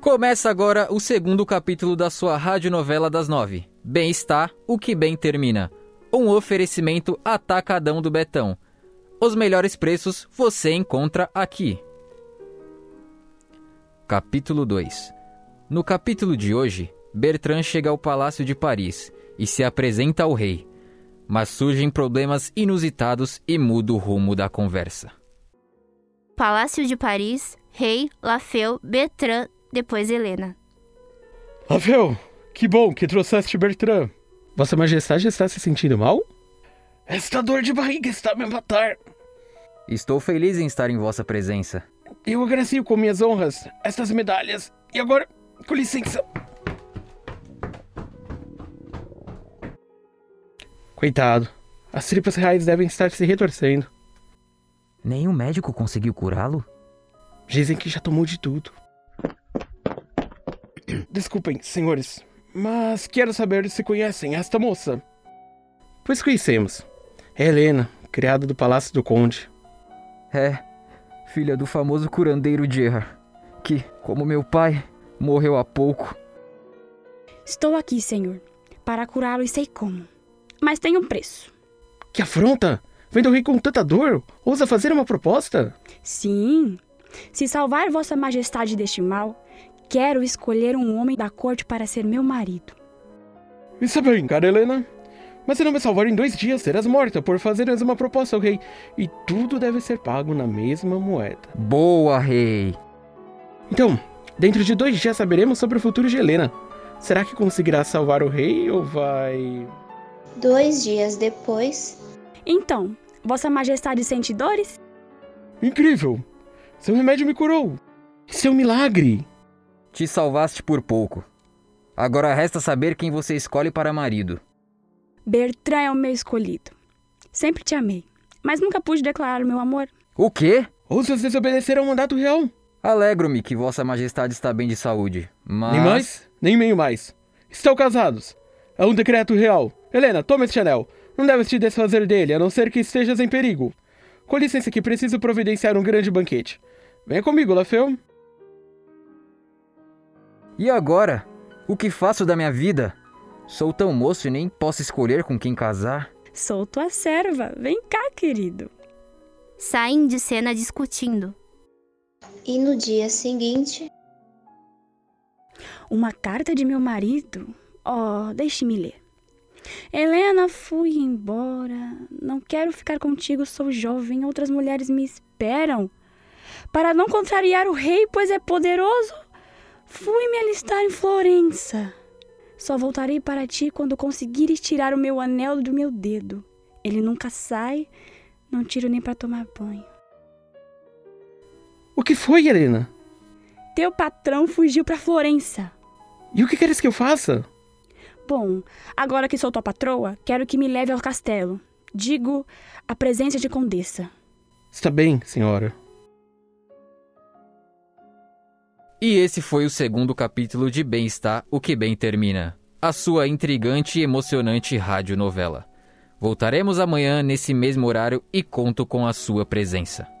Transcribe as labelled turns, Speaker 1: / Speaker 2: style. Speaker 1: Começa agora o segundo capítulo da sua radionovela das nove. Bem está, o que bem termina. Um oferecimento atacadão do Betão. Os melhores preços você encontra aqui. Capítulo 2 No capítulo de hoje, Bertrand chega ao Palácio de Paris e se apresenta ao rei. Mas surgem problemas inusitados e muda o rumo da conversa.
Speaker 2: Palácio de Paris, Rei, Lafeu, Betran, depois Helena.
Speaker 3: Rafael, que bom que trouxeste Bertrand. Vossa Majestade está se sentindo mal?
Speaker 4: Esta dor de barriga está a me matar.
Speaker 1: Estou feliz em estar em vossa presença.
Speaker 4: Eu agradeço com minhas honras estas medalhas. E agora, com licença.
Speaker 3: Coitado, as tripas reais devem estar se retorcendo.
Speaker 1: Nenhum médico conseguiu curá-lo?
Speaker 3: Dizem que já tomou de tudo.
Speaker 4: Desculpem, senhores, mas quero saber se conhecem esta moça.
Speaker 3: Pois conhecemos. É Helena, criada do Palácio do Conde.
Speaker 1: É, filha do famoso curandeiro Gerard, que, como meu pai, morreu há pouco.
Speaker 5: Estou aqui, senhor, para curá-lo e sei como. Mas tem um preço.
Speaker 3: Que afronta! Vendo o rei com tanta dor, ousa fazer uma proposta?
Speaker 5: Sim. Se salvar Vossa Majestade deste mal, quero escolher um homem da corte para ser meu marido.
Speaker 4: Isso é bem,
Speaker 3: Cara, Helena. Mas se não me salvar em dois dias, serás morta por fazeres uma proposta ao rei. E tudo deve ser pago na mesma moeda.
Speaker 1: Boa, rei!
Speaker 3: Então, dentro de dois dias saberemos sobre o futuro de Helena. Será que conseguirá salvar o rei ou vai.
Speaker 6: Dois dias depois,
Speaker 5: Então, Vossa Majestade sente dores?
Speaker 4: incrível.
Speaker 3: Seu remédio me curou! Seu milagre!
Speaker 1: Te salvaste por pouco. Agora resta saber quem você escolhe para marido.
Speaker 5: Bertrand é o meu escolhido. Sempre te amei, mas nunca pude declarar o meu amor.
Speaker 1: O quê?
Speaker 3: Ousas desobedecer ao mandato real?
Speaker 1: Alegro-me que Vossa Majestade está bem de saúde, mas.
Speaker 3: Nem mais, nem meio mais. Estão casados. É um decreto real. Helena, toma esse anel. Não deves te desfazer dele, a não ser que estejas em perigo. Com licença que preciso providenciar um grande banquete. Venha comigo, Lafeu.
Speaker 1: E agora? O que faço da minha vida? Sou tão moço e nem posso escolher com quem casar.
Speaker 5: Sou tua serva. Vem cá, querido.
Speaker 2: Saem de cena discutindo.
Speaker 6: e no dia seguinte,
Speaker 5: Uma carta de meu marido? Oh, deixe-me ler. Helena, fui embora. Não quero ficar contigo, sou jovem. Outras mulheres me esperam. Para não contrariar o rei, pois é poderoso, fui me alistar em Florença. Só voltarei para ti quando conseguires tirar o meu anel do meu dedo. Ele nunca sai, não tiro nem para tomar banho.
Speaker 3: O que foi, Helena?
Speaker 5: Teu patrão fugiu para Florença.
Speaker 3: E o que queres que eu faça?
Speaker 5: Bom, agora que sou tua patroa, quero que me leve ao castelo. Digo, a presença de condessa.
Speaker 3: Está bem, senhora.
Speaker 1: E esse foi o segundo capítulo de Bem Está, O Que Bem Termina, a sua intrigante e emocionante radionovela. Voltaremos amanhã nesse mesmo horário e conto com a sua presença.